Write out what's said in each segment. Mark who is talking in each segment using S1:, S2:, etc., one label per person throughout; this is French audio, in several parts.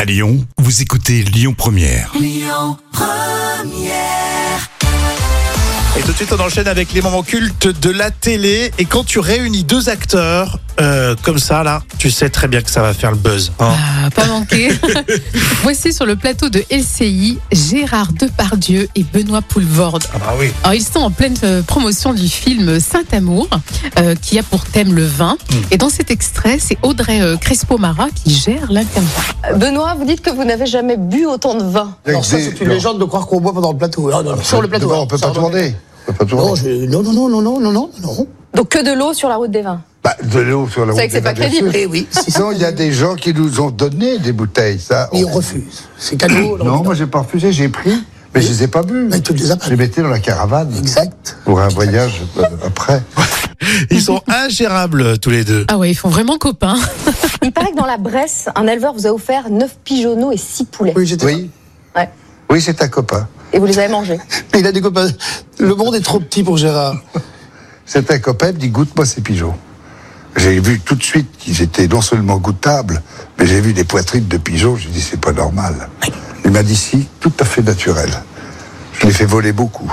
S1: À Lyon, vous écoutez Lyon Première.
S2: Et tout de suite, on enchaîne avec les moments cultes de la télé. Et quand tu réunis deux acteurs euh, comme ça, là, tu sais très bien que ça va faire le buzz. hein.
S3: Ah, pas manqué. Voici sur le plateau de LCI Gérard Depardieu et Benoît Poulvorde.
S2: Ah bah oui.
S3: Alors, ils sont en pleine euh, promotion du film Saint-Amour, euh, qui a pour thème le vin. Et dans cet extrait, c'est Audrey euh, Crespo-Mara qui gère l'interview.
S4: Benoît, vous dites que vous n'avez jamais bu autant de vin.
S5: Alors ça, c'est une
S6: Non.
S5: légende de croire qu'on boit pendant le plateau. Ah, non, non, sur le plateau.
S6: D'abord,
S5: hein.
S6: on peut
S5: Ça,
S6: pas
S5: on-
S6: tourner. On peut pas
S5: Non,
S6: tourner.
S5: je- non, non, non, non, non, non, non, non.
S4: Donc que de l'eau sur la route des vins.
S6: Bah, de l'eau sur
S4: C'est
S6: la
S4: vrai
S6: route.
S4: que c'est
S6: des
S4: pas
S6: Bains, bien
S4: crédible.
S6: sûr.
S5: Eh oui, si, si,
S6: Sinon, il y a des gens qui nous ont donné des bouteilles, ça.
S5: mais on refuse. C'est cadeau. alors,
S6: Non, moi, j'ai pas refusé, j'ai pris, mais je les ai pas bu.
S5: Mais tu les as pas
S6: Je les mettais dans la caravane.
S5: Exact.
S6: Pour un voyage euh, après.
S2: Ils sont ingérables euh, tous les deux.
S3: Ah ouais, ils font vraiment copains.
S4: Il paraît que dans la Bresse, un éleveur vous a offert 9 pigeonneaux et 6 poulets.
S5: Oui, j'étais
S6: Oui.
S4: Ouais.
S6: Oui, c'est un copain.
S4: Et vous les avez mangés.
S5: Mais il a des copains. Le monde est trop petit pour Gérard.
S6: C'est un copain, il me dit goûte-moi ces pigeons. J'ai vu tout de suite qu'ils étaient non seulement goûtables, mais j'ai vu des poitrines de pigeons, j'ai dit c'est pas normal. Il m'a dit si, tout à fait naturel. Je les fais voler beaucoup.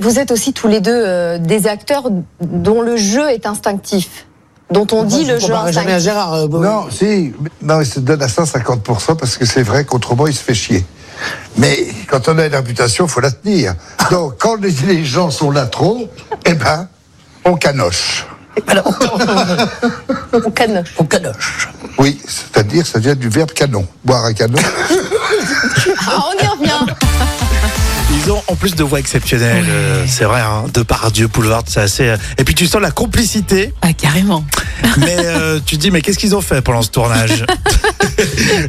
S4: Vous êtes aussi tous les deux euh, des acteurs dont le jeu est instinctif. Dont on dit
S5: Je
S4: le jeu
S5: comparerai jamais à
S4: instinctif.
S5: Gérard. euh,
S6: Non, si, non, il se donne à 150% parce que c'est vrai qu'autrement il se fait chier. Mais quand on a une réputation, faut la tenir. Donc quand les, les gens sont là trop, eh ben, on canoche.
S4: On canoche.
S5: On canoche.
S6: Oui, c'est-à-dire, ça vient du verbe canon. Boire un canon.
S4: Ah, on y revient.
S2: Ils ont en plus de voix exceptionnelles. euh, c'est vrai, hein. De par Dieu, Boulevard, c'est assez. euh, Et puis tu sens la complicité,
S3: Ah, carrément.
S2: mais euh, tu te dis, mais qu'est-ce qu'ils ont fait pendant ce tournage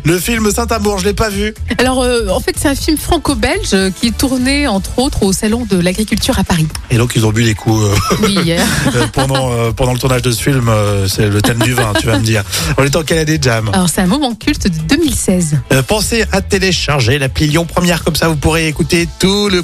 S2: Le film Saint-Amour, je l'ai pas vu.
S3: Alors, euh, en fait, c'est un film franco-belge euh, qui est tourné, entre autres, au Salon de l'Agriculture à Paris.
S2: Et donc, ils ont bu des coups. euh,
S3: Oui, hier.
S2: Euh, pendant, euh, pendant le tournage de ce film, euh, c'est le thème du vin, tu vas me dire. On est en Canada Jam.
S3: Alors, c'est un moment culte de 2016.
S2: Euh, pensez à télécharger l'appli Lyon Première, comme ça vous pourrez écouter tout le